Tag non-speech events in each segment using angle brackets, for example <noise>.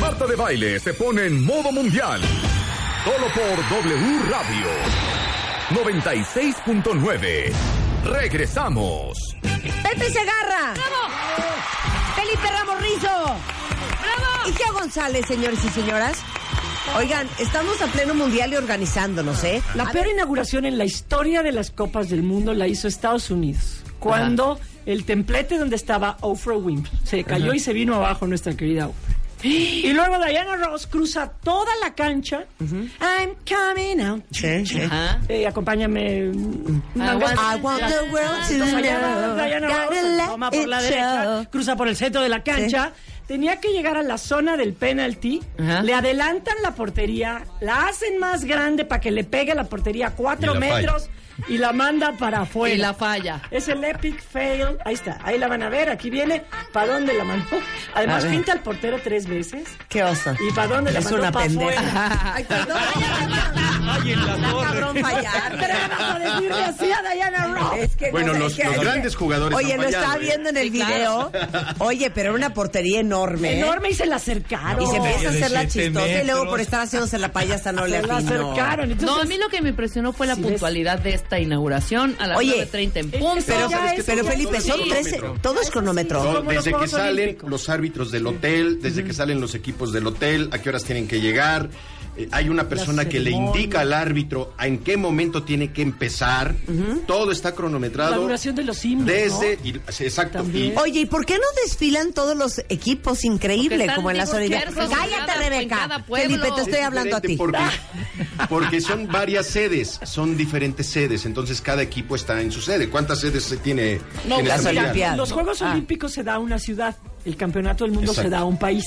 Marta de Baile se pone en modo mundial. Solo por W Radio 96.9. Regresamos. Pepe Segarra. Felipe Ramos Rizo. Y Geo González, señores y señoras. Oigan, estamos a pleno mundial y organizándonos, ¿eh? La A peor ver, inauguración en la historia de las Copas del Mundo la hizo Estados Unidos, cuando el templete donde estaba Oprah Winfrey se cayó y se vino abajo nuestra querida Oprah. Y luego Diana Ross cruza toda la cancha. I'm coming out. Eh, acompáñame. Ah, I want the world to Entonces, allá va know. Diana Gotta Ross, let toma por la it derecha, show. cruza por el centro de la cancha. Tenía que llegar a la zona del penalti, le adelantan la portería, la hacen más grande para que le pegue a la portería a cuatro Y la metros y la manda para afuera. Y la falla. Es el epic fail. Ahí está, ahí la van a ver, aquí viene. ¿Para dónde la mandó? Además, A ver. pinta al portero tres veces. Qué oso. ¿Y para dónde la Es mandó? una Pa' pendeja. <laughs> afuera. Ay, perdón. Ay, en la cabrón fallar. Pero era para decirle así a Diana Ross. Es que Bueno, no sé, los- que- los es que- grandes jugadores Oye, han lo estaba fallado, ¿eh? viendo en el video. Oye, pero era una portería enorme. ¿eh? Enorme y se la acercaron. Y se empieza a hacer la de siete chistosa y luego metros. por estar haciéndose la payasa no le Se la atinó. acercaron. Entonces, No, a mí lo que me impresionó fue la Sí, puntualidad de esta inauguración a las Oye, 9.30 en punto. Pero, Ya es- pero ya Felipe, es- son sí. 13, todo es Eso cronómetro. Como los desde que Juegos salen Olímpicos. los árbitros del hotel, desde que salen los equipos del hotel, a qué horas tienen que llegar. eh, hay una persona que le ceremonia. indica al árbitro a en qué momento tiene que empezar. Todo está la cronometrado. duración de los himnos. desde. ¿no? y- sí, exacto. También. y- Oye, ¿y por qué no desfilan todos los equipos? Porque Increíble, están como en la zona de- diversos, Cállate, en cada- en Rebeca. cada pueblo. Felipe, te estoy es hablando a ti. diferente Ah. Porque, porque son varias sedes, son diferentes sedes, entonces cada equipo está en su sede. ¿Cuántas sedes se tiene? tiene las esta mundial? Olimpiadas. Los Juegos Ah. Olímpicos se da a una ciudad. El campeonato del mundo Exacto. se da a <laughs> un país.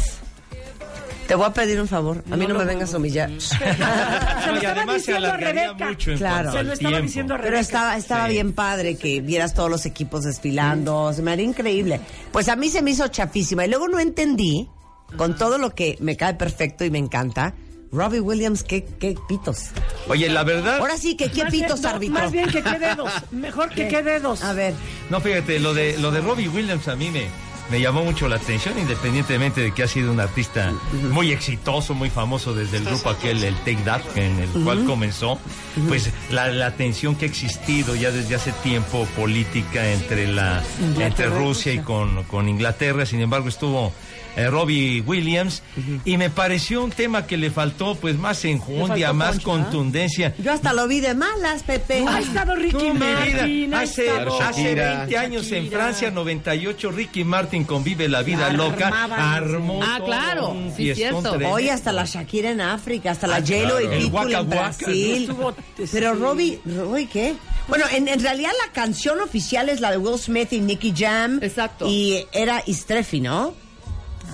Te voy a pedir un favor. A mí no No lo me puedo. vengas a humillar. se lo y estaba además se diciendo a alargaría Rebeca. mucho en Claro. cuanto Se Se al lo estaba tiempo. diciendo a <laughs> Rebeca. Pero estaba, estaba bien padre que vieras todos los equipos desfilando. Se me haría increíble. Pues a mí se me hizo chafísima. Y luego no entendí, con todo lo que me cae perfecto y me encanta, Robbie Williams, qué, qué pitos. Oye, la verdad, Ahora sí, que qué Más bien, pitos, no, árbitro. Más bien que qué dedos. Mejor que qué dedos. A ver, no fíjate, lo de lo de Robbie Williams a mí me me llamó mucho la atención, independientemente de que ha sido un artista muy exitoso, muy famoso desde el grupo aquel, el Take That, en el cual comenzó, pues la, la tensión que ha existido ya desde hace tiempo política entre la entre Rusia y con, con Inglaterra, sin embargo estuvo eh, Robbie Williams y me pareció un tema que le faltó pues más enjundia, faltó más punch, ¿ah? contundencia. yo hasta lo vi de malas, Pepe. Ha estado Ricky No, mi Martin. vida. ha Hace, estado- hace Shakira. 20 años en Shakira. Francia, 98, Ricky Martin convive la vida Armaban. loca. Armó Ah, todo claro, un sí, fiestón cierto. tremendo. Hoy hasta la Shakira en África, hasta la Ah, Yelo claro. y El Pitbull Waka en Waka, Brasil. ¿no? Estuvo, este, Pero Robbie, Robbie, ¿qué? Bueno, en, en realidad la canción oficial es la de Will Smith y Nicky Jam. Exacto. Y era Istrefi, ¿no?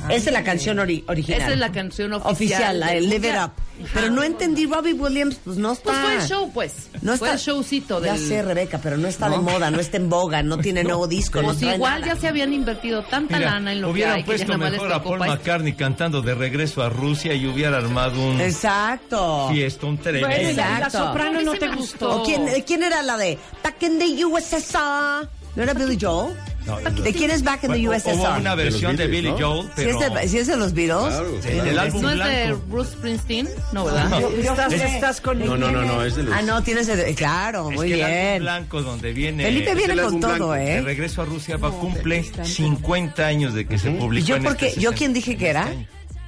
Ah, Esa es la canción ori- original. Esa es la canción oficial la de del Live It mundial. Up. Pero no entendí, Robbie Williams, pues no está. Pues fue el show, pues. No fue está, el showcito del... Ya sé, Rebeca, pero no está de moda, no está en boga, no <laughs> tiene nuevo disco. no Pues trae igual nada. ya se habían invertido tanta Mira, lana en lo que hubieran hay que ya puesto nada más les mejor a tocó Paul pa- McCartney cantando de regreso a Rusia y hubiera armado Mm. un Exacto. fiestón Bueno, y tremendo. la- la Exacto. soprano no Ese te me gustó. ¿O quién, eh, quién era la de Back in the USSR? ¿No era Billy Joel? No, no. ¿De quién es Back in the Bueno, Hubo USSR? una De los versión de Beatles, Billy ¿no? Joel, ¿Si pero es, de, si es de los Beatles? Claro, Sí, el claro. álbum ¿No es de blanco. Ah, Bruce Springsteen? No, ¿verdad? Yo- yo- Es- estás con No, no, no, no, es de los. Ah, no, tienes... el- claro, Es muy que el álbum bien. blanco donde viene Felipe eh, es viene el con álbum todo, blanco. De ¿eh? regreso a Rusia va cumple 50 años de que se ¿Y publicó. yo en porque este yo 60. quién dije que era?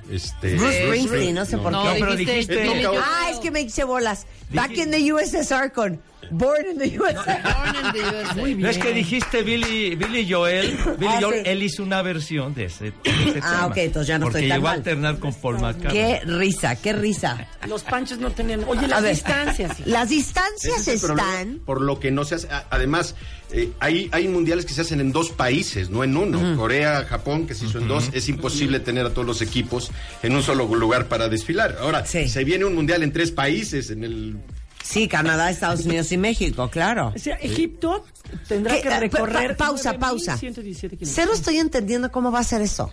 Este, Bruce Springsteen, no sé por No, qué. pero dijiste... dijiste- Billy No, Joel. Ah, es que me hice bolas. Back in the USSR con Born in the USSR. Born in the USA. No es que dijiste Billy, Billy Joel, Billy Ah, Joel, sí. él hizo una versión de ese, de ese Ah, tema. ok, entonces ya no Porque estoy tan llegó a mal. alternar con Paul McCartney. Qué risa, qué risa. Los panchos no tenían. Oye, A las ver. <laughs> distancias. hija. Las ese distancias es el problema, están... Por lo que no se hace. a- Además, eh, hay, hay mundiales que se hacen en dos países, no en uno. Corea, Japón, que se hizo en dos. Es imposible tener a todos los equipos en un solo lugar para desfilar. Ahora, Sí. se viene un mundial en tres países, en el Sí, Canadá, Estados Unidos y México, claro. O sea, Egipto tendrá ¿Qué? que Ah, pa- recorrer. pa- pausa, pausa. 117 Cero kilómetros. estoy entendiendo cómo va a ser eso.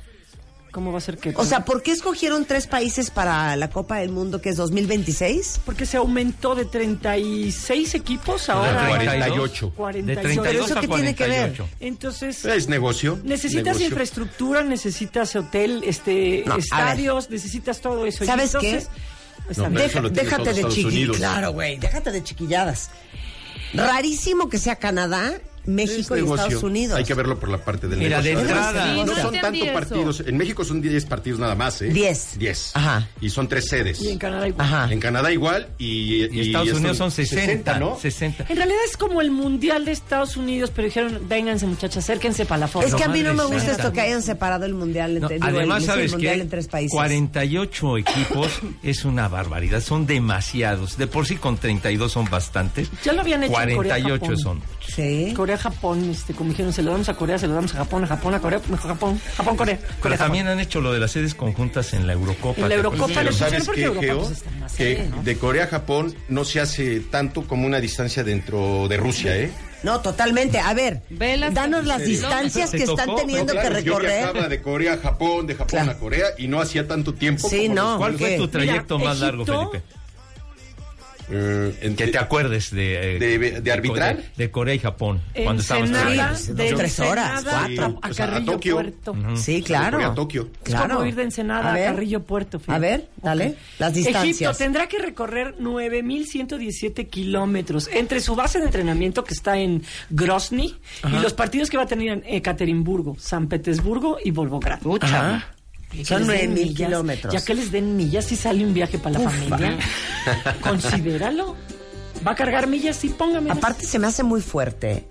¿Cómo va a ser que? O sea, ¿por qué escogieron tres países para la Copa del Mundo que es 2026? porque se aumentó de 36 equipos ahora. De 48. De 48. 32 Pero eso a qué tiene que ver? 48. Entonces. Es negocio. Necesitas negocio. infraestructura, necesitas hotel, este, No, a estadios, necesitas todo eso. Y ¿Sabes qué? entonces- pues, Está No, bien. pero eso lo tiene déjate todo de Estados chiquilladas. Unidos. Claro, güey, déjate de chiquilladas. Rarísimo que sea Canadá, Es México y negocio. Estados Unidos. Hay que verlo por la parte del Mira, de negocio. Además, entrada- No, Sí, no son entendí tanto eso. partidos. oh. En México son 10 partidos nada más, ¿eh? Diez. 10. Ajá. Y son tres sedes. Y en Canadá igual. Ajá. En Canadá igual y, Y Estados Unidos son 60, 60, ¿no? <laughs> 60. En realidad es como el mundial de Estados Unidos, pero dijeron, vénganse muchachos, acérquense para la foto. Es que a mí no me Madre gusta santa. esto que hayan separado el mundial, No, entre, digo, el- además, sí, el, ¿sabes mundial qué? en tres países. 48 equipos <laughs> es una barbaridad, son demasiados. De por sí con 32 son bastantes. Ya lo habían hecho en Corea, 48 Japón. son. Sí. Corea, Japón, este, como dijeron, se lo damos a Corea, se lo damos a Japón, a Japón, a Corea, mejor Japón, Japón, Corea. Corea, Pero Japón. también han hecho lo de las sedes conjuntas en la Eurocopa. En la ¿te Eurocopa acuerdas? Pero Pero funciona sabes porque que, Europa, Geo, pues, está más que cerca, ¿no? de Corea a Japón no se hace tanto como una distancia dentro de Rusia, ¿eh? No, totalmente. A ver, Ve las- danos las ¿En serio? distancias ¿Te que están tocó? teniendo No, claro, que yo viajaba recorrer. de Corea a Japón, de Japón Claro. a Corea y no hacía tanto tiempo. Sí, como no. ¿Cuál fue Mira, tu trayecto más largo, Egipto- Felipe? los- eh, en- Que te acuerdes de... eh, ¿De- de arbitrar? De, de Corea y Japón. cuando estabas Ensenada, Sí, de pues, tres horas, Ensenada cuatro. A, O sea, a Carrillo Tokio. Puerto. Mm. Sí, Voy claro. a Tokio. Es como ir de Ensenada a, Carrillo Puerto. Felipe. A ver, dale. Las Egipto distancias. tendrá que recorrer 9.117 kilómetros entre su base de entrenamiento que está en Grozny y los partidos que va a tener en Ekaterimburgo, San Petersburgo y Volgograd. Ajá. Ya que Son les den 9,000 millas, kilómetros. Ya que les den millas y sale un viaje para la Uf, familia, <laughs> considéralo. Va a cargar millas y póngame. Aparte se me hace muy fuerte,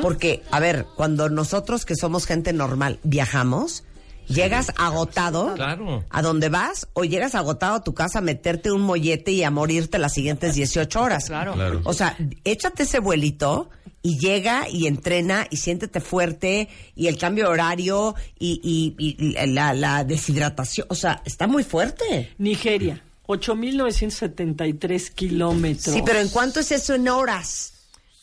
porque, a ver, cuando nosotros que somos gente normal viajamos, llegas agotado Claro. a donde vas o llegas agotado a tu casa a meterte un mollete y a morirte las siguientes 18 horas. Claro. O sea, échate ese vuelito y llega y entrena y siéntete fuerte y el cambio de horario y, y- y- y la, la deshidratación, o sea, está muy fuerte. Nigeria, 8.973 kilómetros. Sí, pero ¿en cuánto es eso en horas?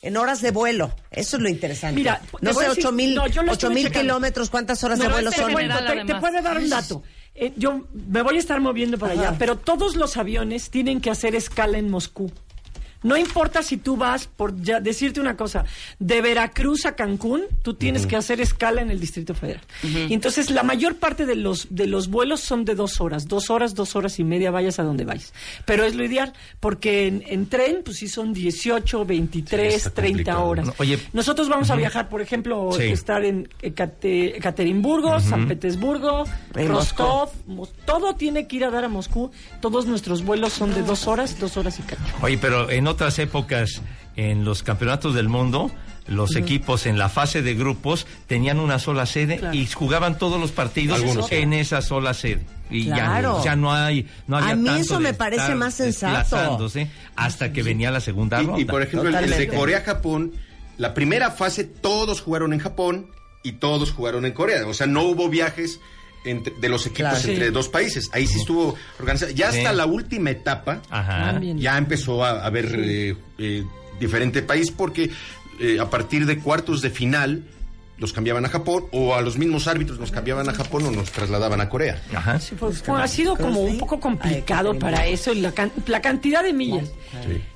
En horas de vuelo. Eso es lo interesante. Mira, no te voy sé, a decir- ocho mil, no, yo lo ocho estuve mil checando. kilómetros, ¿cuántas horas de No, vuelo este son? general. Te- te, además. puede dar un dato. Eh, yo me voy a estar moviendo para allá, pero todos los aviones tienen que hacer escala en Moscú. No importa si tú vas, por ya decirte una cosa, de Veracruz a Cancún, tú tienes que hacer escala en el Distrito Federal. Y entonces la mayor parte de los, de los vuelos son de dos horas, dos horas, dos horas y media, vayas a donde vayas. Pero es lo ideal, porque en, en tren, pues sí son 18, 23, está 30 complicado. horas. No, oye, Nosotros vamos a viajar, por ejemplo, Sí. estar en Ecate- Ekaterimburgo, San Petersburgo, En Rostov, Mos- todo tiene que ir a dar a Moscú. Todos nuestros vuelos son de dos horas, dos horas y cacho. Oye, pero en otras épocas, en los campeonatos del mundo, los equipos en la fase de grupos tenían una sola sede Claro. y jugaban todos los partidos Algunos, sí. en esa sola sede. Y Claro. ya, o sea, no hay, no A había mí tanto eso de me parece estar más sensato. desplazándose hasta que venía la segunda Y- ronda. Y, por ejemplo, el- el Totalmente. de Corea-Japón, la primera fase todos jugaron en Japón y todos jugaron en Corea. O sea, no hubo viajes entre- de los equipos Claro. entre dos países. Ahí sí estuvo organizado. Ya hasta Sí. la última etapa, Ajá. También. ya empezó a haber eh, eh, diferente país porque eh, a partir de cuartos de final los cambiaban a Japón o a los mismos árbitros nos cambiaban a Japón o nos trasladaban a Corea. Ajá. pues, ha sido como un poco complicado para eso, y la, can- la cantidad de millas.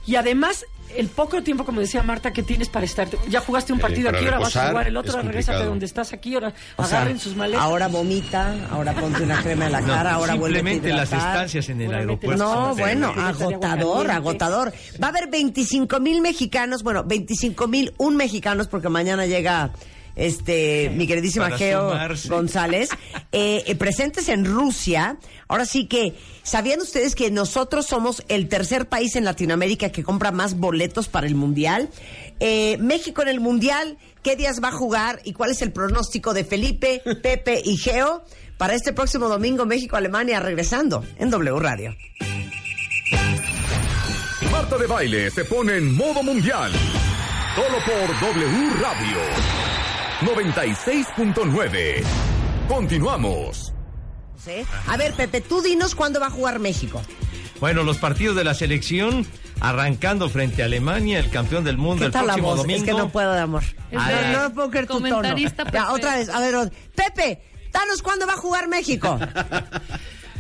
Y además, el poco tiempo, como decía Marta, que tienes para estar. Ya jugaste un Eh, partido para aquí, ahora vas a reposar, jugar el es otro, complicado. regresate donde estás aquí, ahora O sea, agarren sus maletas. Ahora vomita, ahora ponte una crema en la No, cara, ahora vuelve a simplemente las hidratar. estancias en el Ahora vete- aeropuerto. No, son bueno, terribles. terrible. agotador, agotador. Va a haber 25 mil mexicanos, bueno, 25 mil un mexicanos, porque mañana llega este mi queridísima Para Geo sumarse. González, eh, eh, presentes en Rusia. Ahora sí que, ¿sabían ustedes que nosotros somos el tercer país en Latinoamérica que compra más boletos para el Mundial? Eh, México en el Mundial, ¿qué días va a jugar y cuál es el pronóstico de Felipe, Pepe y Geo? Para este próximo domingo, México-Alemania, regresando en W Radio. Marta de Baile se pone en modo mundial. Solo por W Radio 96.9. Continuamos. ¿Sí? Pues, ¿eh? A ver, Pepe, tú dinos cuándo va a jugar México. Bueno, los partidos de la selección arrancando frente a Alemania, el campeón del mundo ¿Qué el tal la próximo voz? domingo. Es que no puedo de amor. Es No, de- no, puedo creer tu tono. comentarista Ya, perfecto. otra vez, a ver, o- Pepe, danos cuándo va a jugar México.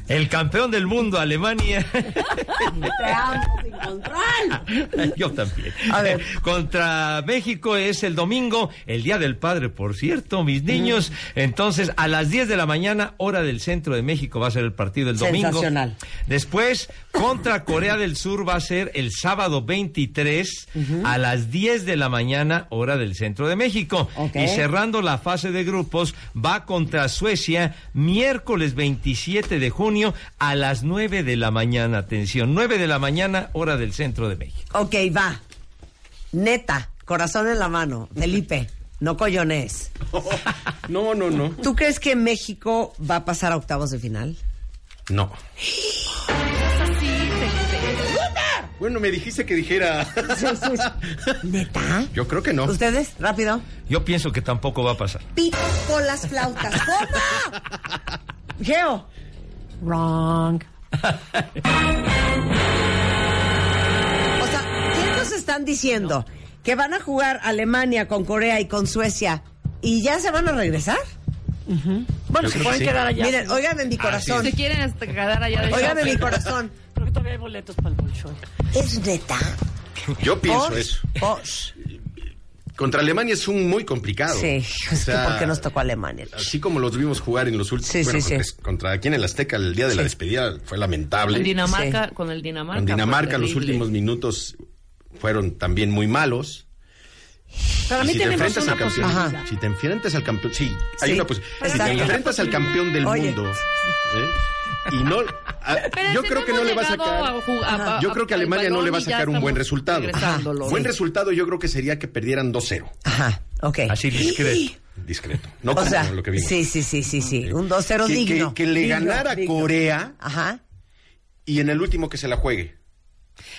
El campeón del mundo Alemania. <laughs> <laughs> Te amo sin control. Yo también. A ver. Contra México es el domingo, el Día del Padre, por cierto, mis niños. Entonces, a las 10 de la mañana, hora del centro de México, va a ser el partido el domingo. Sensacional. Después, contra Corea del Sur va a ser el sábado 23 a las 10 de la mañana, hora del centro de México. Ok. Y cerrando la fase de grupos, va contra Suecia miércoles 27 de junio a las 9 de la mañana. Atención, 9 de la mañana, hora del centro de México. Ok, va. Neta, corazón en la mano. Felipe, no collones. <laughs> No, no, no. ¿Tú crees que México va a pasar a octavos de final? No. Así, te- te- Bueno, me dijiste que dijera. <laughs> ¿Neta? Pues, Yo creo que no. ¿Ustedes? Rápido. Yo pienso que tampoco va a pasar. Pito con las flautas. ¡Toma! Geo. Wrong. O sea, ¿qué nos están diciendo? ¿Que van a jugar Alemania con Corea y con Suecia y ya se van a regresar? Bueno, se Yo creo que pueden sí. quedar allá. Miren, óigame Ah, mi corazón. Se quieren hasta quedar allá de Óigame shopping. mi corazón. Creo que todavía hay boletos para el Bolshoi. ¿Es neta? Yo pienso Osh, eso. osh. Contra Alemania es un muy complicado. Sí, <laughs> O es que sea, ¿por qué nos tocó Alemania? Así como los vimos jugar en los últimos. Sí, bueno, sí, contra, sí. contra aquí en el Azteca, el día de la despedida fue lamentable. Con Dinamarca, Sí. con el Dinamarca. Con Dinamarca, fue los terrible. últimos minutos fueron también muy malos. Para Y mí si te tenemos enfrentas una al campeón, posibilidad. si te enfrentas al campeón, sí, hay Sí, una posi- Si te exacto. enfrentas al campeón del Oye. mundo ¿eh? y no, a- Pero yo si creo que no le va a hemos sacar. llegado a ju- a- a- yo creo que al Alemania no balón le va a y ya sacar un buen estamos resultado. regresándolo. Buen resultado, yo creo que sería que perdieran 2-0, Ajá, ok. Así discreto. discreto. No O como sea, lo que vimos. sí, sí, sí, sí, sí. Un 2-0 Que- que- digno. que le Digno, ganara digno. Corea Ajá. y en el último que se la juegue.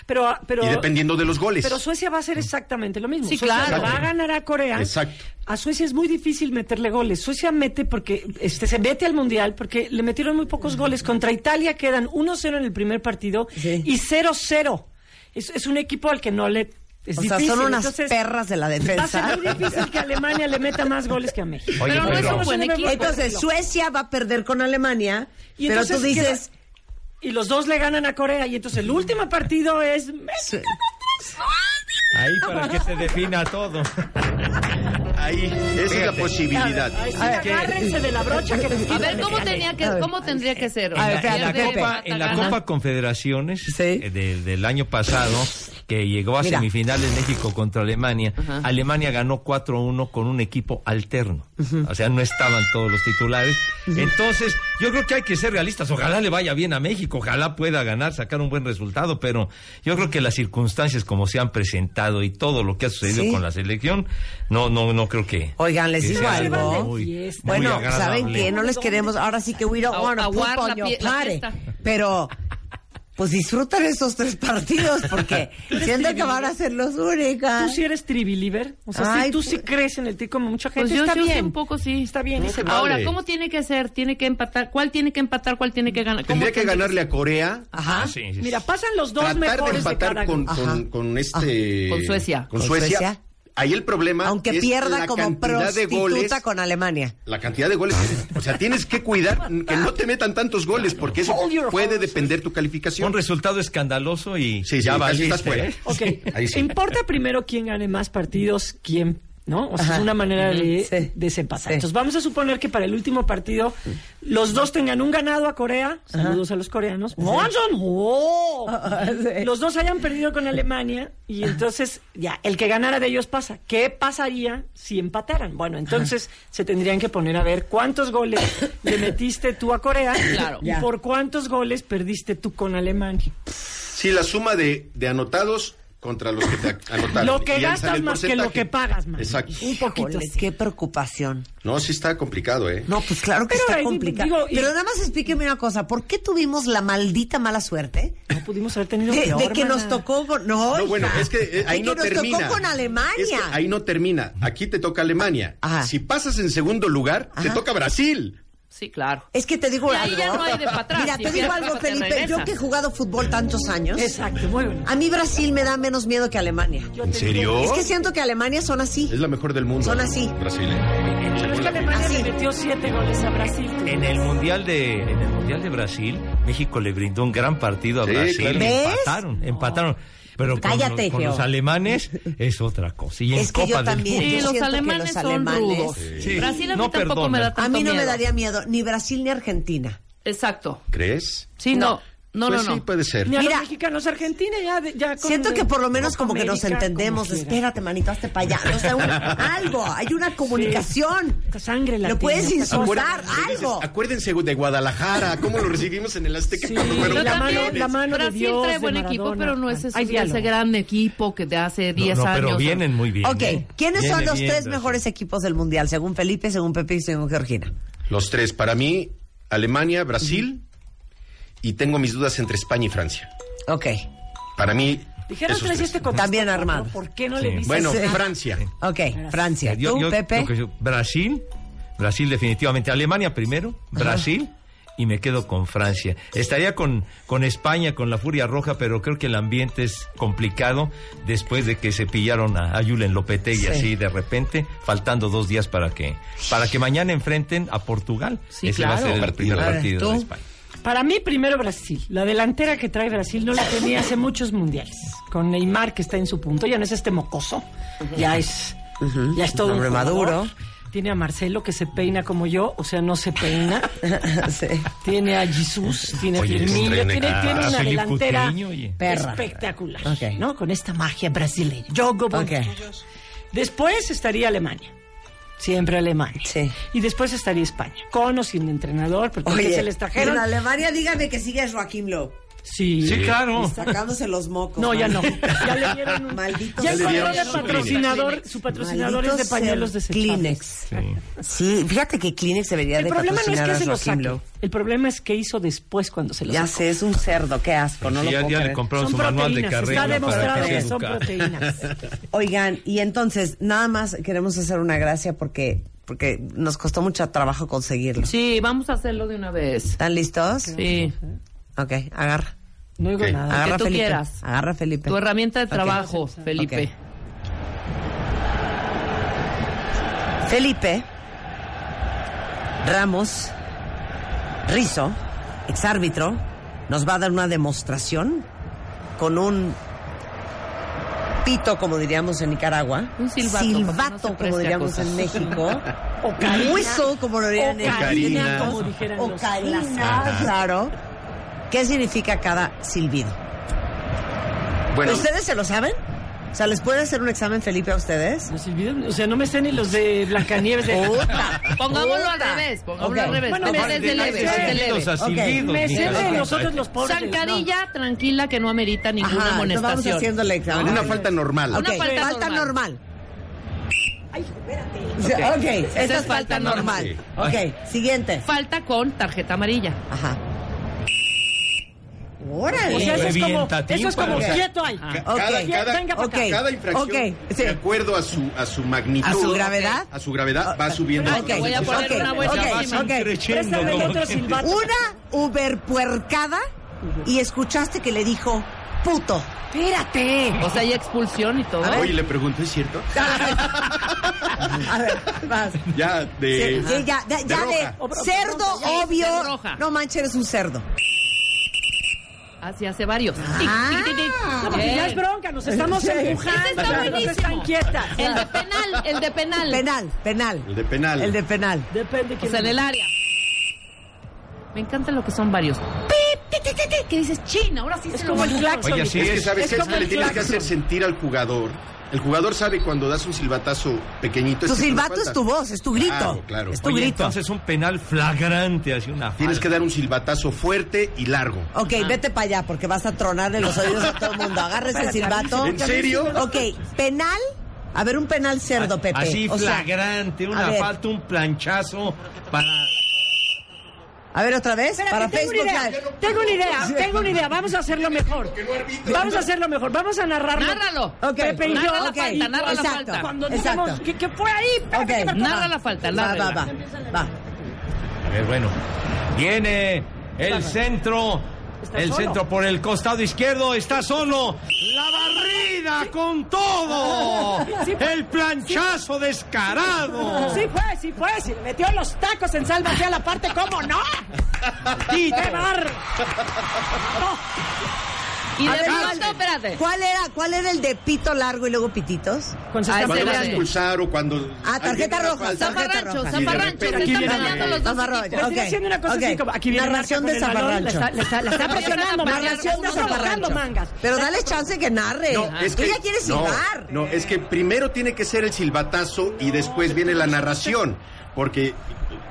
Pero, ah, pero, y dependiendo de los goles. pero Suecia va a hacer exactamente lo mismo. Sí, Suecia claro. Va a ganar a Corea. Exacto. A Suecia es muy difícil meterle goles. Suecia mete porque este, se mete al mundial porque le metieron muy pocos goles. Contra Italia quedan 1-0 en el primer partido Sí. y 0-0. Es, es un equipo al que no le. Es O sea, difícil. son unas Entonces, perras de la Va a ser defensa. <laughs> muy difícil que Alemania le meta más goles que a México. Oye, Pero no pero- es un buen Entonces, equipo. Entonces, Suecia va a perder con Alemania, Y pero tú entonces dices... Y los dos le ganan a Corea y entonces el último partido es México. Ahí para que se defina todo. Ahí, esa es la Fíjate. posibilidad. Ay, sí, agárrense de la brocha que les A quita. ver, ¿cómo, tenía que, ¿cómo tendría que ser? A ver, En la- en, la espérate, Pepe. Copa, en la Copa Confederaciones Sí. eh, de- del año pasado, que llegó a Mira. semifinales México contra Alemania, Alemania ganó 4-1 con un equipo alterno. O sea, no estaban todos los titulares. Entonces, yo creo que hay que ser realistas. Ojalá le vaya bien a México, ojalá pueda ganar, sacar un buen resultado, pero yo creo que las circunstancias como se han presentado y todo lo que ha sucedido Sí. con la selección, no, no, no creo que. Oigan, les que digo sea algo. muy- muy Bueno, agradable. ¿saben qué? No les queremos. Ahora sí que we don't A- want to aguar poop on la your pie- la party. fiesta. Pero, pues disfrutan esos tres partidos porque <laughs> siento que van a ser los Tú únicos. sí eres triviliver. O sea, Ay, sí, tú pues- sí crees en el tri como mucha gente. Pues yo, está yo sí bien. un poco sí. Está bien. y se qué va. Ahora, Vale. ¿cómo tiene que ser? ¿Tiene que empatar? ¿Cuál tiene que empatar? ¿Cuál tiene que ganar? ¿Cómo Tendría que tiene ganarle a Corea. Ajá. Sí, sí, sí. Mira, pasan los dos tratar de mejores de, empatar cada con, grupo. Ah, con- con este... Con Suecer. Con Con Suecia. Suecia. Ahí el problema Aunque es pierda la como cantidad de goles, prostituta con Alemania. La cantidad de goles. O sea, tienes que cuidar que no te metan tantos goles, porque eso Hold your puede horses. depender tu calificación. Un resultado escandaloso y Sí, sí, ya casi valiste, estás fuera. ¿eh? Ok, Ahí sí. importa primero quién gane más partidos, quién, ¿no? O sea, Ajá. es una manera de Sí. desempatar. Sí. Entonces, vamos a suponer que para el último partido los dos tengan un ganado a Corea. Saludos a los coreanos. ¡Monson! ¡Oh! <laughs> Sí. Los dos hayan perdido con Alemania y entonces ya, el que ganara de ellos pasa. ¿Qué pasaría si empataran? Bueno, entonces se tendrían que poner a ver cuántos goles le metiste tú a Corea Claro. y Ya. por cuántos goles perdiste tú con Alemania. Sí, la suma de, de anotados contra los <laughs> que te a- anotaron. Lo que Y ahí sale gastas el más que lo porcentaje. que pagas, man. Exacto. Un poquito. Híjoles, así. qué preocupación. No, sí está complicado, ¿eh? No, pues claro que Pero está ahí, complicado. digo, y- Pero nada más explíqueme una cosa. ¿Por qué tuvimos la maldita mala suerte pudimos haber tenido De, peor, de que nos mana. tocó con. No, No, bueno, hija. es que eh, ahí De no que nos termina. tocó con Alemania. Es que ahí no termina. Aquí te toca Alemania. Ajá. Si pasas en segundo lugar, te Ajá. toca Brasil. Sí, claro. Es que te digo Y ahí algo. ya no hay de pa' atrás, Mira, si te digo pierdes, algo, pa' te Felipe. Yo regresas. que he jugado fútbol tantos años. Exacto, muy bueno. A mí Brasil me da menos miedo que Alemania. Yo ¿En te serio? digo- Es que siento que Alemania son así. Es la mejor del mundo. Son así. Brasil. ¿eh? Pero es que Alemania Así. le metió siete goles a Brasil. tú. En el mundial de en el mundial de Brasil, México le brindó un gran partido a Sí, Brasil. claro. ¿Ves? Empataron, empataron. Pero con, Cállate, los, con Geo. los alemanes es otra cosa. Y en Es que yo Copa del- también. Sí, yo siento los que alemanes, los alemanes- son rudos. Sí. Brasil a mí No tampoco perdonan. me da tanto A mí no me miedo. daría miedo ni Brasil ni Argentina. Exacto. ¿Crees? Sí, no. No, Pues no, no. sí, puede ser. Ni a Mira. los mexicanos, Argentina ya, de- ya con- Siento que por lo menos Copa como que nos América, entendemos. como quiera. Espérate, manito, hazte para allá. O sea, un- algo. Hay una comunicación. Esta sangre Lo latina. puedes esta insultar. cosa. Usar Acuérdense- algo. Acuérdense de Guadalajara, cómo lo recibimos en el Azteca. <laughs> Sí, cuando Pero fueron Yo la también, mano- campeones. la mano de Brasil Dios, trae de buen equipo, Maradona. pero no es ese, Hay diálogo. ese gran equipo que de hace No, 10 no, años. pero o sea. vienen muy bien. Ok, ¿eh? ¿quiénes Viene son los bien tres Brasil. mejores equipos del Mundial? Según Felipe, según Pepe y según Georgina. Los tres, para mí, Alemania, Brasil, y tengo mis dudas entre España y Francia. Ok. Para mí, Dijeron esos tres y tres. este contestó También cuatro, armado. ¿Por qué no Sí. le dices Bueno, Sí. Francia. Ok, Francia. Yo- ¿Tú, yo Pepe? creo que yo- Brasil, Brasil definitivamente. Alemania primero, Brasil y me quedo con Francia. Estaría con, con España, con la Furia Roja, pero creo que el ambiente es complicado después de que se pillaron a, a Julen Lopetegui Sí. así de repente, faltando dos días para que, para que mañana enfrenten a Portugal. Sí, Ese va a claro. ser el Partido. primer A ver, partido ¿tú? de España. Para mí, primero Brasil. La delantera que trae Brasil no la tenía hace muchos mundiales. Con Neymar, que está en su punto, ya no es este mocoso. Ya es. Ya es todo. un Hombre jugador. maduro. Tiene a Marcelo, que se peina como yo, o sea, no <laughs> se peina. Sí. tiene a Jesús, tiene Oye, a Firmino, estrena tiene, acá. tiene una Felipe delantera Coutinho, oye. Perra. espectacular. Ok. ¿No? Con esta magia brasileña. Jogo bonito. Ok. Después estaría Alemania. Siempre Alemania. Sí. Y después estaría España. Con o sin entrenador, porque Oye, se les trajeron. en Alemania dígame que sigue Joaquín Lowe. Sí. Sí, claro. Sacándose los mocos. No, ya no. mano. Ya le dieron un... Malditos Ya le encontraron dieron el su patrocinador, su patrocinador es de Malditos pañuelos ser desechables. Kleenex. Sí, fíjate que Kleenex debería El de problema no es patrocinar que a se los Joaquín saque. Lowe. El problema es que hizo después cuando se los Ya sacó. sé, es un cerdo, qué asco, no Sí, lo ya, puedo ya le creer. compraron Son su manual de proteínas, está carrera para demostrado que que se son educa. proteínas. Oigan, y entonces, nada más queremos hacer una gracia porque, porque nos costó mucho trabajo conseguirlo. Sí, vamos a hacerlo de una vez. ¿Están listos? Sí. Ok, agarra. <laughs> No digo ¿Qué? nada. Agarra tú Felipe. quieras. Agarra Felipe. Tu herramienta de Ok. trabajo, Felipe. Felipe Ramos Rizo, exárbitro, nos va a dar una demostración con un pito, como diríamos en Nicaragua. Un silbato, porque no se Silbato, como preste a diríamos en cosas. <laughs> México. Ocarina. Whistle, como lo dirían en Ocarina, Ocarina. como dijeran los Ocarina, chinos. claro. ¿Qué significa cada silbido? Bueno, ¿Ustedes se lo saben? O sea, ¿les puede hacer un examen, Felipe, a ustedes? Los silbidos, O sea, no me sé ni los de Blancanieves. De... Ah, Pongámoslo al revés, pongámoslo Ok. al revés. Bueno, Pongámoslo me- desde me- leve, me- desde leve. Silbidos a Ok. silbidos, Me sé Nicaragua. de nosotros los pobres. Zancadilla tranquila que no amerita ninguna Ajá, entonces vamos amonestación. haciendo el examen. una falta normal. Ok, Una falta normal. normal. Ok, esa es falta falta normal. normal. Ok, siguiente. Falta con tarjeta amarilla. Ajá. Órale. O sea, eso es como, Revienta eso es como tímpanos. quieto ahí. Ca- Ok. Ah, Cada, cada- Venga pa' acá. cada infracción, Ok, sí. de acuerdo a su, a su magnitud, ¿A su gravedad? a su gravedad, va subiendo. Ok, Voy a poner ok, una buena ok, encima. ok. Creciendo, Préstame el como otro que- silbato. Una uberpuercada y escuchaste que le dijo puto. Espérate. O sea, hay expulsión y todo. A ver. Oye, le pregunto, ¿es cierto? A ver, vas. Ya, de... Sí, sí, ya, ya, ya de, roja. cerdo ya, obvio. de roja. No manches, eres un cerdo. Así hace varios. Ah. Tic, tic, tic, tic. Porque ya es bronca, nos estamos empujando. Ese está nos están buenísimo. quietas. El de penal, el de penal. Penal, penal. El de penal. El de penal. Depende O quién sea, en el área. Me encanta lo que son varios. Pip, tic, tic, tic, tic, Que dices, china, ahora sí es se como lo el voy a- claxon. Oye, Es sí, que sabes es que es como que le el tienes que claxon. hacer sentir al jugador. El jugador sabe cuando das un silbatazo pequeñito. Tu es que es una silbato falta. es tu voz, es tu grito. Claro, claro. Es tu <laughs> Oye, grito. entonces un penal flagrante hacia una Tienes falta. que dar un silbatazo fuerte y largo. Ok, vete para allá porque vas a tronarle los oídos a todo el mundo. Agarra ese silbato. ¿En serio? Ok, penal. A ver, un penal cerdo, Pepe. Así O sea, flagrante, a una ver. falta, un planchazo para... A A ver, otra vez, Espérate, para tengo Facebook una idea, Live. tengo una idea, tengo una idea, vamos a hacerlo mejor. Vamos a hacerlo mejor, vamos a narrarlo. Nárralo. Ok, Pepe y yo, narra la ok, falta, narra la exacto, falta. Cuando exacto. digamos que, que fue ahí, espérate, Ok. que me acuerdo. Narra la falta, Va, narra. va, va. Va. A ver, eh, bueno. Viene el centro. Está El solo. centro por el costado izquierdo está solo. La barrida con todo. Sí, pues, El planchazo descarado. Sí fue, sí fue, si le metió los tacos en salva a la parte, ¿cómo <laughs> no? Tito. ¡Qué bar! No, Y de A ver, pronto, Carmen. espérate. ¿Cuál era, ¿Cuál era el de pito largo y luego pititos? con sus Ahí Cuando se vas la a de- expulsar o cuando. Ah, tarjeta alguien te da roja, falta. tarjeta Zafarrancho, roja. zafarrancho, Y de se repente están aquí viene- peleando los dos Zafarrancho. equipos. Estoy Ok, haciendo una cosa ok. así como aquí viene Narración Marca de con el balón, Zafarrancho. La está, la está, la está presionando, Narración de narración de Zafarrancho. Zafarrancho. mangas. Pero dale chance que narre. No, es Tú que- ya quieres no, silbar. No, es que primero tiene que ser el silbatazo y después viene la narración. Porque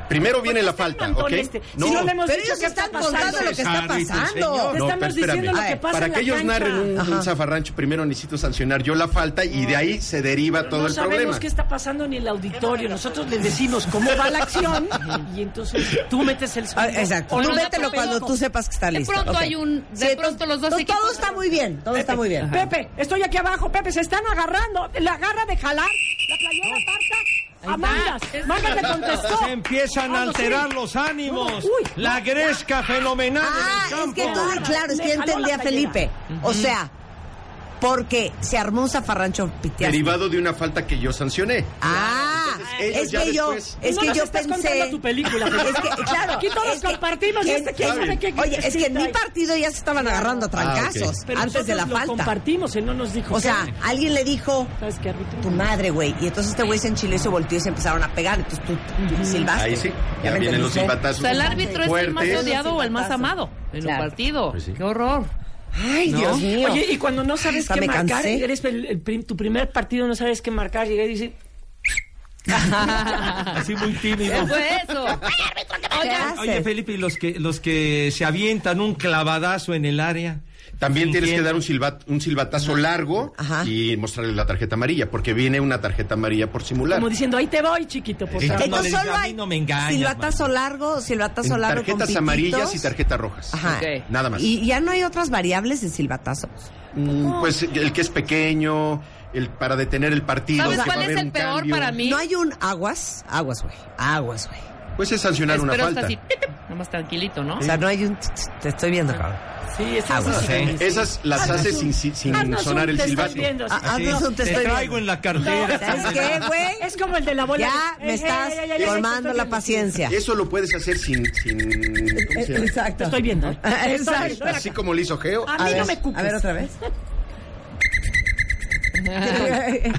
primero viene la está el falta, montón ¿ok? este? Si no le hemos- Pero dicho ellos qué está están contando pasando. lo que está Carlitos, pasando. señor. No, Estamos pero diciendo espérame. lo que pasa Para en que la ellos cancha. narren un, un Ajá. zafarrancho, primero necesito sancionar yo la falta y de ahí se deriva todo no el sabemos problema. qué está pasando en el auditorio. Nosotros les decimos cómo va la acción y entonces tú metes el Ah, sonido. exacto. O Tú no, mételo tampoco. cuando tú sepas que está De listo. pronto Ok. hay un- de pronto los dos todo equipos- está muy bien. Todo está muy bien. Pepe, estoy aquí abajo. Pepe, se están agarrando. La agarra de jalar. La playera aparta. A mangas. Mangas le contestó. Se empiezan a Ah, no, sí. alterar los ánimos. Uy. La gresca fenomenal Ah, en el es que campo. tú, claro, es Me que jaló la entendí a playera. Felipe. O sea, porque se armó un zafarrancho piteado. Derivado de una falta que yo sancioné. Ah, ellos es ya que yo, después- es No que nos yo estás pensé. contando tu <laughs> película, Felipe. Es que, claro. Aquí todos es que- compartimos, y este quién Está sabe qué- qué- Oye, qué es que en mi trae. partido ya se estaban agarrando a trancazos Ah, Pero antes de nosotros la lo falta. compartimos, él no nos dijo. O sea, ¿qué? alguien le dijo, ¿sabes qué, árbitro? tu madre, güey. Y entonces este güey se enchiló y se volteó y se empezaron a pegar. Entonces tú, tú silbaste. Ahí sí, ¿Ya ya me vienen los entendiste? O silbatazos. sea, el árbitro es el más fuertes. odiado o el más amado en Claro. un partido. Pues sí. Qué horror. Ay, Dios mío. Oye, y cuando no sabes Hasta qué me marcar, cansé. eres el- el prim- tu primer partido, no sabes qué marcar, llega y dice, Así muy tímido. Fue eso. ¿Qué Oigan, haces? Oye, Felipe, ¿y los que, los que se avientan un clavadazo en el área? También tienes que Entiendo. dar un, silbat- un silbatazo largo Ajá. y mostrarle la tarjeta amarilla, porque viene una tarjeta amarilla por simular. como diciendo, ahí te voy, chiquito, por Sí. favor. No, le Entonces dije, solo a mí hay no me engañas, silbatazo largo, silbatazo En largo con tarjetas pititos. amarillas y tarjetas rojas. Ajá. Ok. Nada más. Y ya no hay otras variables de silbatazos. Mm, Pues el que es pequeño, el para detener el partido. ¿sabes que va cuál a es haber el un peor cambio. para mí? No hay un aguas, aguas, güey. Aguas, güey. Pues es sancionar una Espero hasta falta. así. <laughs> Nomás tranquilito, ¿no? O sea, no hay un. t- t- Te estoy viendo, cabrón. Ah. Sí, esa Aguas, es ¿eh? Esas las hace sin, sin- sin Haznos sonar un el te estoy silbato. viendo, sí. Ah, ah, Sí. no, te estoy traigo viendo. en la cartera. ¿Sabes qué, güey? Es como el de la bola. Ya Eh, me eh, estás eh, eh, eh, eh, formando estoy la viendo. paciencia. Eso lo puedes hacer sin. sin ¿cómo Eh, se llama? Te estoy viendo. ¿eh? Te estoy Exacto. viendo, ven acá. Así como le hizo Geo. A A mí no ver, me cuques. A ver, otra vez. <laughs>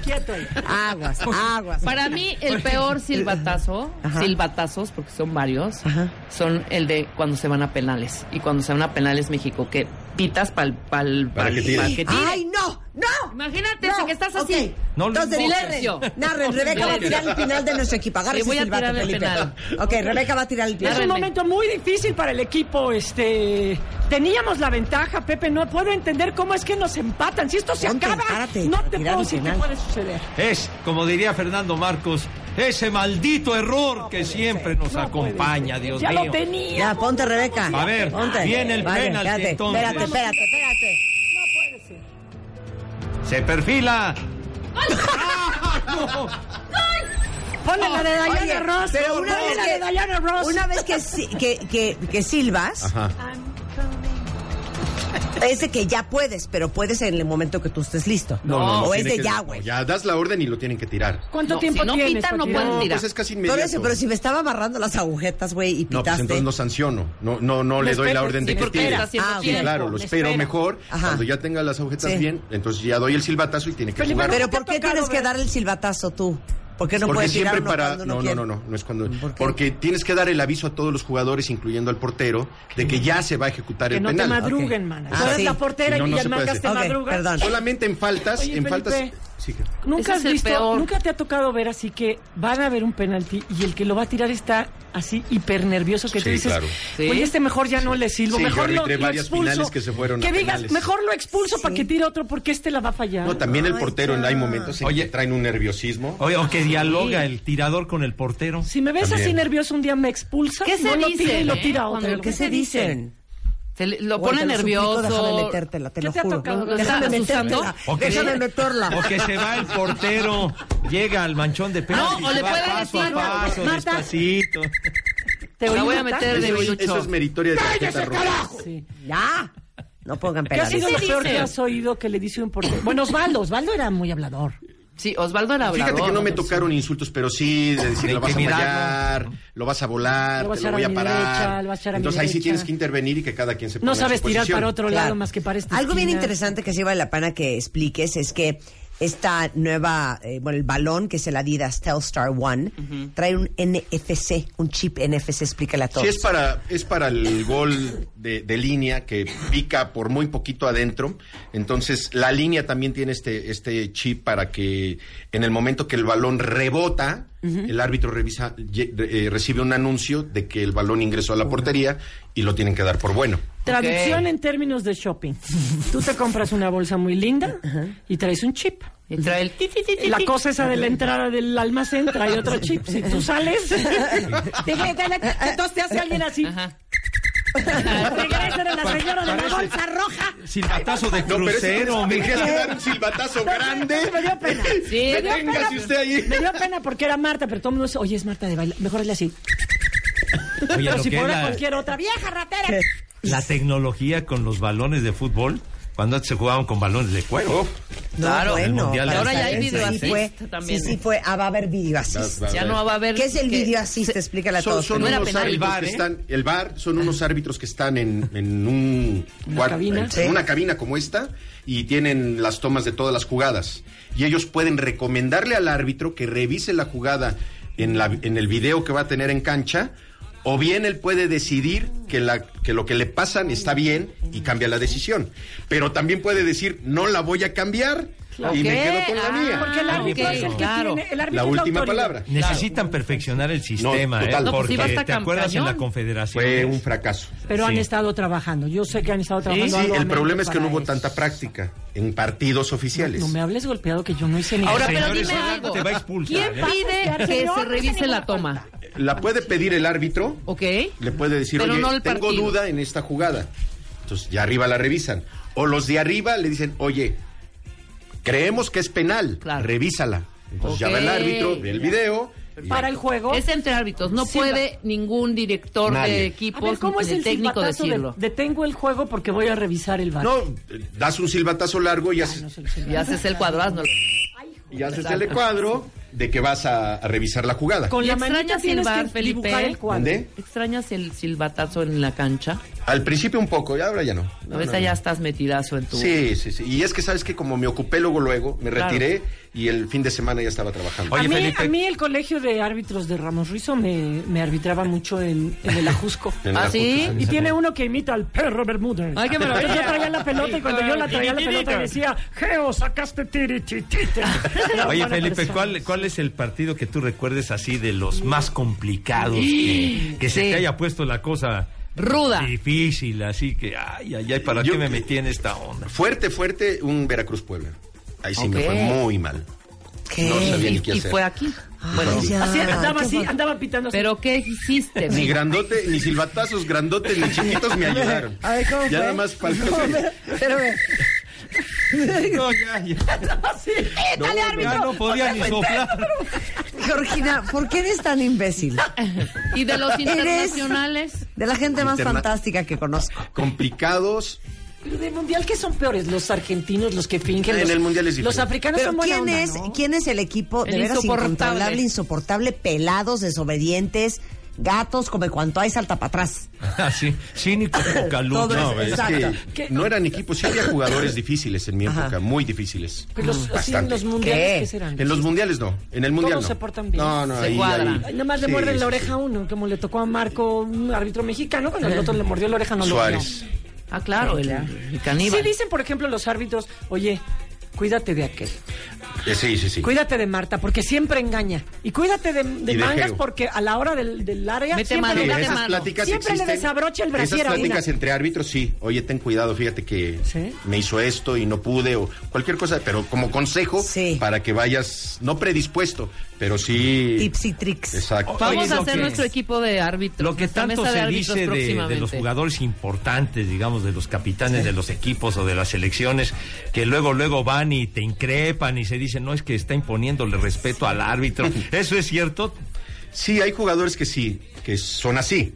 Quieto ahí. aguas, aguas. Para mí, el peor silbatazo, Ajá. silbatazos, porque son varios, Ajá. son el de cuando se van a penales. Y cuando se van a penales, México, que pitas pa'l, pa'l, Para pa'l- que tire. pa'l que tire. ¡Ay, no! ¡No! Imagínate No, o sea, que estás así. ok. No lo Entonces, invoques. narren, narren. Rebeca va a tirar el penal de nuestro equipo. Agarra Sí, ese voy a silbato, tirar el Felipe. penal. Ok, Rebeca va a tirar el Es un penal. momento muy difícil para el equipo. Este, teníamos la ventaja, Pepe. No puedo entender cómo es que nos empatan. Si esto se Ponte, acaba, párate, no para te tirar puedo un decir qué penal. puede suceder. Es, como diría Fernando Marcos, ese maldito error que siempre No nos puede acompaña, ser. Dios ya mío. lo tenía. Ya, ponte, Rebeca. A ver, ponte. viene el Vale, penalti, Espérate, entonces. espérate, espérate, espérate. Se perfila. Ponle la de Dayana Oye, Ross. pero una ponle vez la que- de Dayana Ross. Una vez que, si- que, que, que silbas, Ajá. es de que ya puedes, pero puedes en el momento que tú estés listo. O es tiene de que- ya, no, güey. Ya das la orden y lo tienen que tirar. ¿Cuánto No, tiempo si no tienes? pita, para no tirar? pueden No, tirar. pues es casi Todo inmediato. eso, pero si me estaba amarrando las agujetas, güey, y No, pues pitaste. entonces no sanciono. No, no, no le doy la Respeto, orden de sí, que porque tire. está haciendo Ah, ok. Sí, tiempo. claro, lo Le espero espero. mejor. Ajá. Cuando ya tenga las agujetas Sí. Pues bien, entonces ya doy el silbatazo y tiene que Pero jugar. Pero ¿Por ¿por qué te ha qué tocado tienes que ver? dar el silbatazo tú? ¿Por qué no porque puedes tirar siempre uno para cuando uno no no quiere? no no no es cuando ¿Por qué? porque tienes que dar el aviso a todos los jugadores incluyendo al portero de que ya se va a ejecutar Que el no te penal madruguen, Ok. mana. Ah, Tú eres sí. la portera Si no, y no ya se puede marcas te Ok, madrugas. perdón. solamente en faltas Oye, en Felipe, faltas Sí, que- Ese Nunca has es el visto, peor. nunca te ha tocado ver así que van a ver un penalti y el que lo va a tirar está así hiper nervioso que Sí, tú dices, claro. oye, Sí. este mejor ya no le silbo, Sí, yo mejor lo, arbitré lo varias expulso. finales que se fueron a digas, penales. mejor lo expulso Sí. para que tire otro porque este la va a fallar. No, también el Ay, portero, ya. hay momentos en Oye. que traen un nerviosismo. Oye, o que dialoga el tirador con el portero. si me ves así También. nervioso un día me expulsa, ¿Qué se no lo tira y dicen, lo eh? tira a otro. Cuando- ¿Pero qué se dicen? Se le- lo Güey, pone te lo suplico, Déjame nervioso. metértela, te ¿Qué lo te ha juro. tocado? Déjame ¿Estás asustando? metértela. O que- Déjame meterla. O que se va el portero, llega al manchón de penalti. No, o y le va puede paso decir, a paso, Marta. despacito. Te oí La voy a matar. meter de Eso, eso bilucho. es meritoria de tarjeta roja. Sí. Ya. No pongan ¿Qué ha penales. sido se lo peor dice? que has oído que le dice un portero? Bueno, Osvaldo, Osvaldo era muy hablador. Sí, Osvaldo era hablador. Fíjate que no me tocaron insultos, pero sí de decir De lo vas a intimidarlo. fallar, lo vas a volar, Lo vas te a echar lo a voy a mi parar. derecha, lo vas a echar a mi Entonces ahí sí derecha. tienes que intervenir y que cada quien se ponga No en su sabes tirar posición. para otro Claro. lado más que para este esta Algo bien esquina. interesante que sí vale la pena que expliques es que esta nueva, eh, bueno, el balón que es el Adidas Telstar One, trae un NFC, un chip NFC, explícale a todos. Sí, es para, es para el gol de, de línea que pica por muy poquito adentro. Entonces, la línea también tiene este, este chip para que en el momento que el balón rebota, el árbitro revisa, ye- re- eh, recibe un anuncio de que el balón ingresó a la portería y lo tienen que dar por bueno. Traducción en términos de shopping. Tú te compras una bolsa muy linda y traes un chip. Y trae el ti, ti, ti, ti, La ti. cosa esa de la entrada del almacén trae otro chip. Si tú sales, te- te- te- entonces te hace alguien así. Ajá. Regresa de la señora de la Parece- bolsa roja. Silbatazo de No, pero eso crucero, me mi tendrías que dar un silbatazo grande. Me dio pena. Sí, Que me dio téngase usted ahí. Me dio pena porque era Marta, pero todo el mundo dice, oye, es Marta de baile. Mejor hazle así. Oye, pero lo si que es fuera la- cualquier otra vieja ratera. La tecnología con los balones de fútbol, cuando antes se jugaban con balones de cuero. No, Claro. El bueno, mundial. para Ahora ya hay saber, video sí assist fue- también. Sí, sí fue, ah, va a haber video assist. Vas, vas, Ya vas. no va a haber. ¿Qué es el que- video assist? Explícale a Son, todos. son No unos era penal. árbitros El VAR, que ¿eh? están, el bar son unos árbitros que están en, en un Ah. ¿Una cuar- cabina? en Sí. una cabina como esta y tienen las tomas de todas las jugadas y ellos pueden recomendarle al árbitro que revise la jugada en, la- en el video que va a tener en cancha o bien él puede decidir que, la, que lo que le pasan está bien y cambia la decisión. Pero también puede decir, no la voy a cambiar y me Ok, quedo con la ah, mía. Porque el Ah, árbitro ok, es el que claro. tiene. El árbitro La es última autoridad. palabra. Necesitan perfeccionar el sistema, No, ¿eh? total. No, pues sí, Porque va a estar te acuerdas en campañón. la confederación. Fue un fracaso. Pero han Sí. estado trabajando. Yo sé que han estado trabajando. Sí, el arduamente problema es que para no hubo eso. tanta práctica en partidos oficiales. No me hables golpeado que yo no hice ni nada. Ahora, pero Señores, dime Orlando algo. te va a expulsar, ¿Quién ¿eh? pide que se pues, revise la toma? La puede pedir el árbitro, ¿Ok? le puede decir, Pero oye, no el tengo partido. duda en esta jugada. Entonces, ya arriba la revisan. O los de arriba le dicen, oye, creemos que es penal, Claro. revísala. Entonces Ok. ya va el árbitro, ve el video. y- Para el juego. Es entre árbitros. No Silba. puede ningún director de Nadie. A equipo ver, ¿cómo ni es el técnico silbatazo de- decirlo. detengo el juego porque voy a revisar el bar. No, eh, das un silbatazo largo y haces, Y haces el cuadrazo. y haces el cuadro de que vas a, a revisar la jugada. Con ¿Y la extrañas manita el tienes VAR, que dibujar Felipe? el cuadro. ¿Mandé? ¿Extrañas el silbatazo en la cancha? Al principio un poco, y ahora ya no. No, Ahorita no, ya no. estás metidazo en tu... Sí, sí, sí. Y es que sabes que como me ocupé luego, luego, me Claro. retiré y el fin de semana ya estaba trabajando. Oye, a, mí, Felipe. a mí el colegio de árbitros de Ramos Rizo me, me arbitraba mucho en, en el ajusco. En ¿Ah, la sí? junta. Y tiene uno que imita al perro Bermúdez. Ay, qué maravilla. Entonces Yo traía la pelota y cuando yo la traía la pelota decía, Geo, sacaste tirititite. Era Oye, buena Felipe, persona. ¿cuál, ¿cuál es el partido que tú recuerdes así de los más complicados? Que, que se Sí. te haya puesto la cosa Ruda. difícil, así que, ay, ay, ay, ¿para Yo- qué me metí en esta <laughs> onda? Fuerte, fuerte, un Veracruz Puebla. Ahí sí me Ok. fue muy mal. ¿Qué? No sabía ni Y, qué y hacer. fue aquí. Ay, Bueno, ya, Así andaba Ah, qué así, horror. andaba pitando así. ¿Pero qué hiciste? Ni Miguel? grandote, ni silbatazos grandotes, ni <laughs> chiquitos me ayudaron. A ver, ¿cómo ya fue? nada más faltó. Espérame. No, ya, ya. <laughs> Ya no podía ni soplar. <laughs> Georgina, ¿por qué eres tan imbécil? ¿Y de los Eres internacionales? de la gente más Interna- fantástica que conozco. Complicados. Pero de mundial qué son peores, los argentinos, los que fingen. En los, el mundial es diferente. Los africanos Pero son buena ¿quién onda, es, ¿no? quién es el equipo de El veras insoportable. incontrolable, insoportable, pelados, desobedientes, gatos, come cuanto hay, salta para atrás? Así, Ah, cínico Todo pocaluz. No, es- es exacto. que no eran equipos. Sí había jugadores difíciles en mi época, muy difíciles. Pero los, así en Mm, Bastante. los mundiales ¿Qué? ¿qué serán? En los mundiales no. En el mundial Todos no. se portan bien. No, no, Se ahí, cuadran. ahí- Nada más le Sí, muerden sí, Eh, la oreja a uno, como le tocó a Marco, un árbitro mexicano, cuando el otro le mordió la oreja no Suárez. Ah, claro, el, el lo vio. caníbal. Sí dicen, por ejemplo, los árbitros, oye, cuídate de aquel. Eh, sí, sí, sí. Cuídate de Marta, porque siempre engaña. Y cuídate de, de Y de mangas, Geo. porque a la hora del, del área Vete siempre mano, Sí, le Ah, date das- esas mano. pláticas Siempre le existen. desabrocha el brasier a Esas una. pláticas entre árbitros, sí. Oye, ten cuidado, fíjate que Sí. me hizo esto y no pude, o cualquier cosa, pero como consejo Sí. para que vayas, no predispuesto, pero sí. Tips y tricks. Exacto. Vamos Oye, a lo hacer que- nuestro equipo de árbitros. Lo que nuestra tanto mesa de se árbitros dice de- de, los próximamente. jugadores importantes, digamos, de los capitanes de los equipos o de las selecciones, que luego, luego van y te increpan y se dicen, no, es que está imponiéndole respeto al árbitro. Eso es cierto, Sí, hay jugadores que sí, que son así.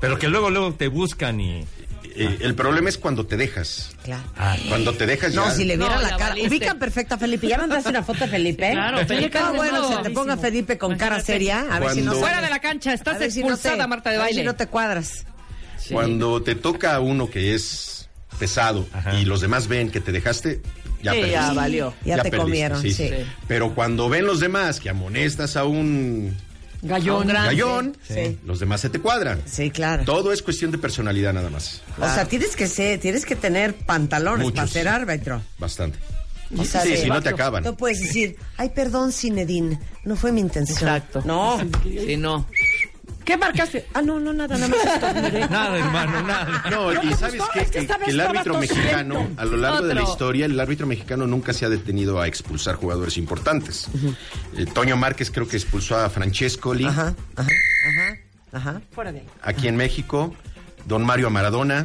pero que luego, luego te buscan y... ah, Eh, el problema es cuando te dejas. Claro. Cuando te dejas ya. No, si le No, viera la ya cara. valiste. Ubican perfecto a Felipe. ¿Ya mandaste una foto a Felipe? Claro, Felipe Ah, está bueno, que se te guapísimo. ponga Felipe con cara Imagínate. seria. A ver si no Cuando- Fuera sales. de la cancha, A estás ver si no expulsada, te- Marta de a ver baile. si no te cuadras. Cuando te toca a uno que es pesado Ajá. y los demás ven que te dejaste, ya Sí, ya Ah, perdiste. valió. Ya te perdiste, comieron, sí. Sí. Pero cuando ven los demás que amonestas a un Gallón. Un gran- Ah, gallón, sí. los demás se te cuadran. Sí, claro. Todo es cuestión de personalidad nada más. O sea, tienes que ser, tienes que tener pantalones Muchos. para ser árbitro. Bastante. O sea, sí, de- si no te acaban. No puedes decir, ay, perdón, Cinedín, no fue mi intención. Exacto. No. Sí, no. ¿Qué marcaste? Ah, no, no, nada, nada más. estornudé. Nada, hermano, nada. No, No y me sabes gustó, qué? es que que, esta que vez el estaba árbitro tosiendo. mexicano, a lo largo de la Otro. historia, el árbitro mexicano nunca se ha detenido a expulsar jugadores importantes. Eh, Toño Márquez creo que expulsó a Francescoli, Ajá, ajá, ajá, ajá. Fuera de ahí. aquí en México, don Mario Maradona.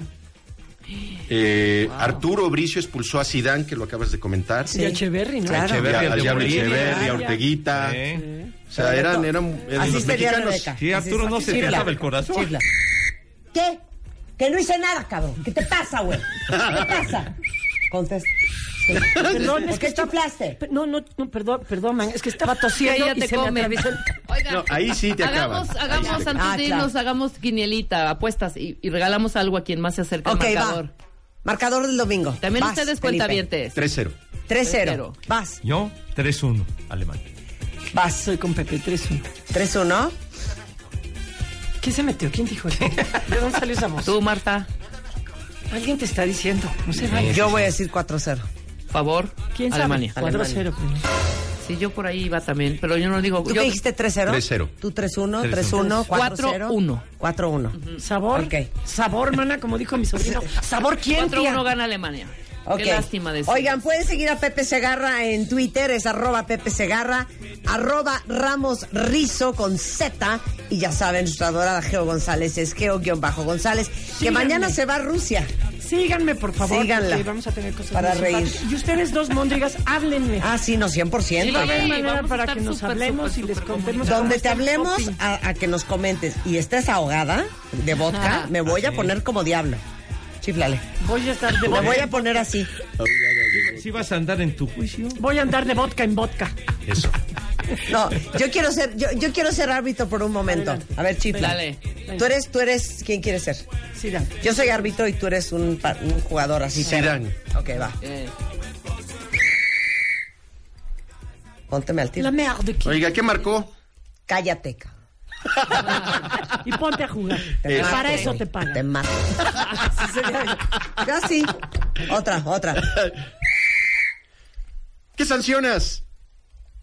Eh, Arturo Bricio expulsó a Sidán, que lo acabas de comentar. Y a Echeverry, ¿no? Claro. Y a- Echeverri, al Diablo Echeverri, Echeverri, a Echeverri. Orteguita. Sí. O sea, eran, eran, eran Así los sería mexicanos. Rebeca. Sí, Arturo, no se te Chifla, sabe el corazón. chifla. ¿Qué? Que no hice nada, cabrón. ¿Qué te pasa, güey? ¿Qué te pasa? Contesta. Sí. Perdón, es ¿Por que qué estaba- chiflaste? Pe- No, no, no, perdón, perdón, man, es que estaba Sí, tosiendo ella y te se come. me atravesó el- Oigan, No, ahí sí te hagamos, acaban. Ahí sí Hagamos, te antes acaban. de Ah, irnos, claro. hagamos quinielita, apuestas y, y regalamos algo a quien más se acerca Ok, al va. marcador. Marcador del domingo. También Vas, ustedes Felipe. cuentavientes. 3-0. 3-0. Vas, Yo, 3-1, alemán. vas. Ah, Soy con Pepe 3-1. 3-1. ¿Quién se metió? ¿Quién dijo eso? ¿De dónde salió esa voz? Tú, Marta, Alguien te está diciendo. No sé, vale. Yo voy a decir 4-0. favor. ¿Quién sabe? pues, Alemania. 4-0. primero. Sí, yo por ahí iba también, pero yo no digo. ¿Tú yo- qué dijiste 3-0? 3-0. Tú 3-1, 3-1, 4-0. 4-1. 4-1. Mm, Sabor. Ok. Sabor, mana, como dijo mi <laughs> sobrino. Sabor, ¿quién? tía? 4-1 gana Alemania. Ok. Qué lástima de eso. Oigan, pueden seguir a Pepe Segarra en Twitter, es arroba Pepe Segarra, arroba Ramos Rizo con Z. Y ya saben, nuestra adorada Geo González es Geo-González, que Síganme. mañana se va a Rusia. Síganme, por favor. Síganla. porque Vamos a tener cosas Para muy reír. simpáticas. Y ustedes dos, Mondrigas, háblenme. Ah, sí, no, 100%. Sí, Va a haber Sí, manera vamos a para estar que nos súper, hablemos súper, y les súper contemos. cómo Donde te está el hablemos shopping. a, a que nos comentes y estés ahogada de vodka, Ajá. me voy a poner como diablo. Chiflale. Voy a estar de Me vodka. voy a poner así. Si vas a andar en tu juicio, Voy a andar de vodka en vodka. Eso. No, yo quiero ser, yo, yo quiero ser árbitro por un momento. A ver, chifla. Dale. Tú eres, tú eres, ¿quién quieres ser? Sí, Dan. Yo soy árbitro y tú eres un, pa- un jugador así. Zidane. Ok, va. Eh, Pónteme al tiro. La merde. ¿quién? Oiga, ¿qué marcó? Cállate, cabrón. Y ponte a jugar. Te Que mato, para eso güey. te pagan. Te mato. <laughs> Así sería yo. Yo así. Otra, otra. ¿Qué sancionas?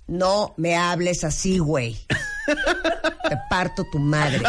No me hables así, güey. Te parto tu madre.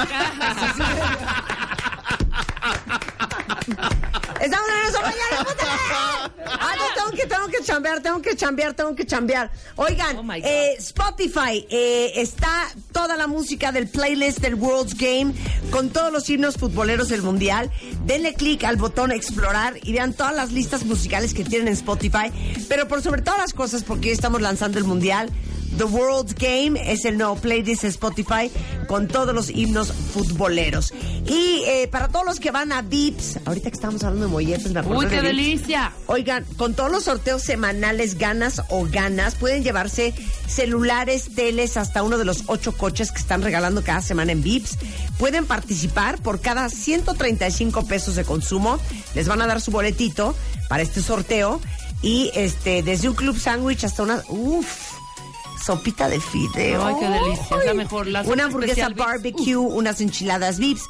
Estamos en eso mañana, puta. Ah, no, tengo que, tengo que chambear, tengo que chambear, tengo que chambear. Oigan, Oh, my God. eh, Spotify eh, está toda la música del playlist del World's Game con todos los himnos futboleros del Mundial. Denle clic al botón explorar y vean todas las listas musicales que tienen en Spotify. Pero por sobre todas las cosas, porque estamos lanzando el Mundial. The World's Game es el nuevo playlist en Spotify con todos los himnos futboleros. Y eh, para todos los que van a VIPs, ahorita que estamos hablando de molletes, me acordé Uy, qué de Vips. delicia. Oigan, con todos los sorteos semanales, ganas o ganas, pueden llevarse celulares, teles, hasta uno de los ocho coches que están regalando cada semana en VIPS. Pueden participar por cada 135 pesos de consumo. Les van a dar su boletito para este sorteo. Y este, desde un club sándwich hasta una. Uff. Sopita de fideo. Ay, qué delicia, es la Ay. mejor, la Una sopa hamburguesa especial Vips. barbecue barbecue, unas enchiladas VIPs.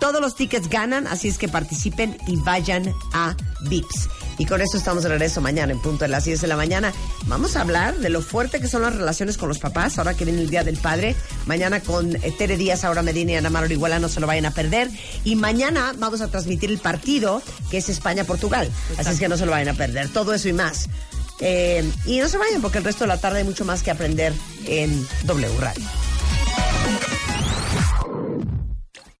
Todos los tickets ganan, así es que participen y vayan a VIPS. Y con eso estamos de regreso mañana en punto de las 10 de la mañana. Vamos a hablar de lo fuerte que son las relaciones con los papás, ahora que viene el Día del Padre. Mañana con eh, Tere Díaz, Aura Medina y Ana Mar Orihuela, no se lo vayan a perder. Y mañana vamos a transmitir el partido que es España-Portugal. Así es que no se lo vayan a perder. Todo eso y más. Eh, y no se vayan porque el resto de la tarde hay mucho más que aprender en W Radio.